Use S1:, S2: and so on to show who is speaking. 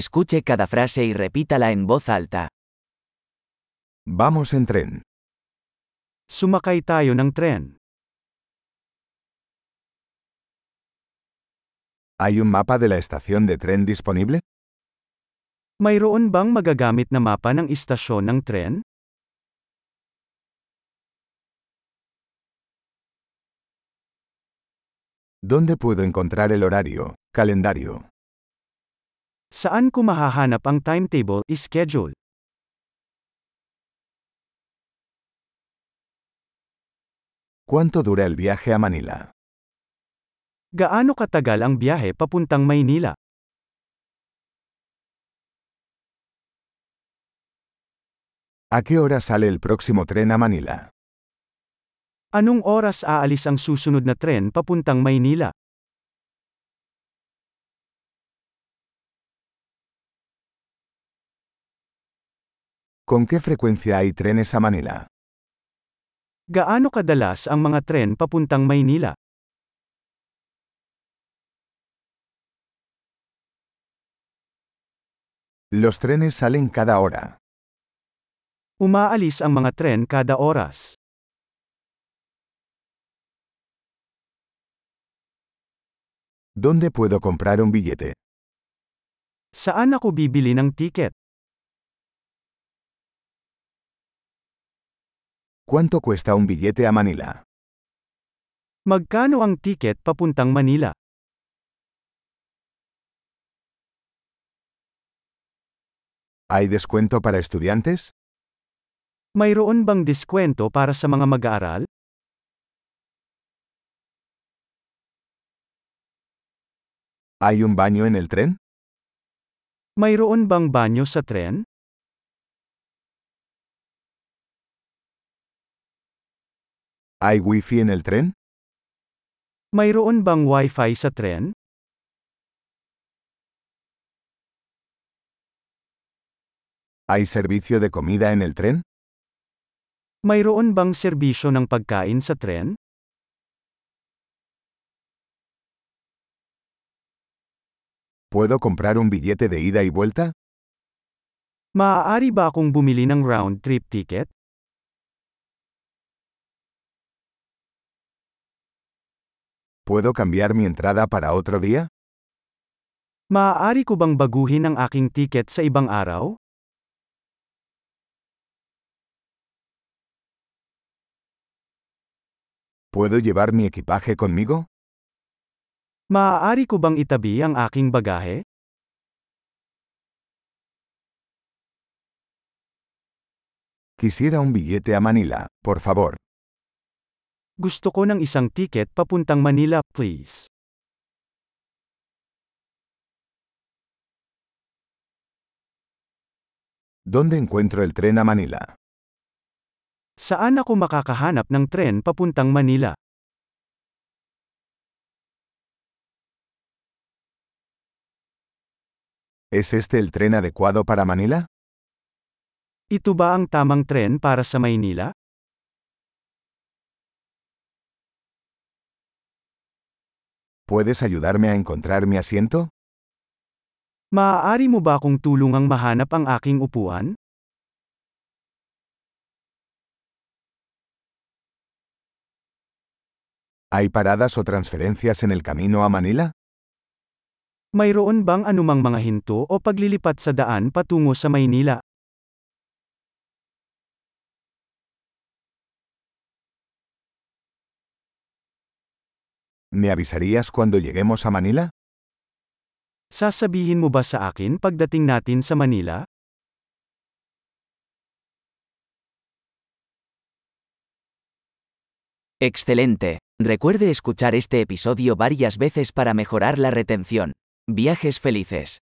S1: Escuche cada frase y repítala en voz alta.
S2: Vamos en tren.
S3: Sumakay tayo ng tren.
S2: ¿Hay un mapa de la estación de tren disponible?
S3: Mayroon bang magagamit na mapa ng istasyon ng tren?
S2: ¿Dónde puedo encontrar el horario, calendario?
S3: Saan ko mahahanap ang timetable, schedule?
S2: ¿Cuánto dura el viaje a Manila?
S3: Gaano katagal ang biyahe papuntang Maynila?
S2: ¿A qué hora sale el próximo tren a Manila?
S3: Anong oras aalis ang susunod na tren papuntang Maynila?
S2: ¿Con qué frecuencia hay trenes a Manila?
S3: Gaano kadalas ang mga tren papuntang Maynila?
S2: Los trenes salen cada hora.
S3: Umaalis ang mga tren kada oras.
S2: ¿Dónde puedo comprar un billete?
S3: Saan ako bibili ng tiket?
S2: ¿Cuánto cuesta un billete a Manila?
S3: Magkano ang tiket papuntang Manila?
S2: ¿Hay descuento para estudiantes?
S3: Mayroon bang diskwento para sa mga mag-aaral?
S2: ¿Hay un baño en el tren?
S3: Mayroon bang banyo sa tren?
S2: ¿Hay wifi en el tren?
S3: Mayroon bang wifi sa tren?
S2: ¿Hay servicio de comida en el tren?
S3: Mayroon bang serbisyo ng pagkain sa tren?
S2: ¿Puedo comprar un billete de ida y vuelta?
S3: Maaari ba akong bumili ng round-trip ticket?
S2: ¿Puedo cambiar mi entrada para otro día?
S3: Maaari ko bang baguhin ang aking tiket sa ibang araw?
S2: ¿Puedo llevar mi equipaje conmigo?
S3: Maaari ko bang itabi ang aking bagahe?
S2: Quisiera un billete a Manila, por favor.
S3: Gusto ko ng isang tiket papuntang Manila, please.
S2: ¿Dónde encuentro el tren a Manila?
S3: Saan ako makakahanap ng tren papuntang Manila?
S2: ¿Es este el tren adecuado para Manila?
S3: Ito ba ang tamang tren para sa Maynila?
S2: ¿Puedes ayudarme a encontrar mi asiento?
S3: Maaari mo ba akong tulungang mahanap ang aking upuan?
S2: ¿Hay paradas o transferencias en el camino a Manila?
S3: Mayroon bang anumang mga hinto o paglilipat sa daan patungo sa Maynila?
S2: ¿Me avisarías cuando lleguemos a Manila?
S3: Sasabihin mo ba sa akin pagdating natin sa Manila?
S1: Excelente. Recuerde escuchar este episodio varias veces para mejorar la retención. Viajes felices.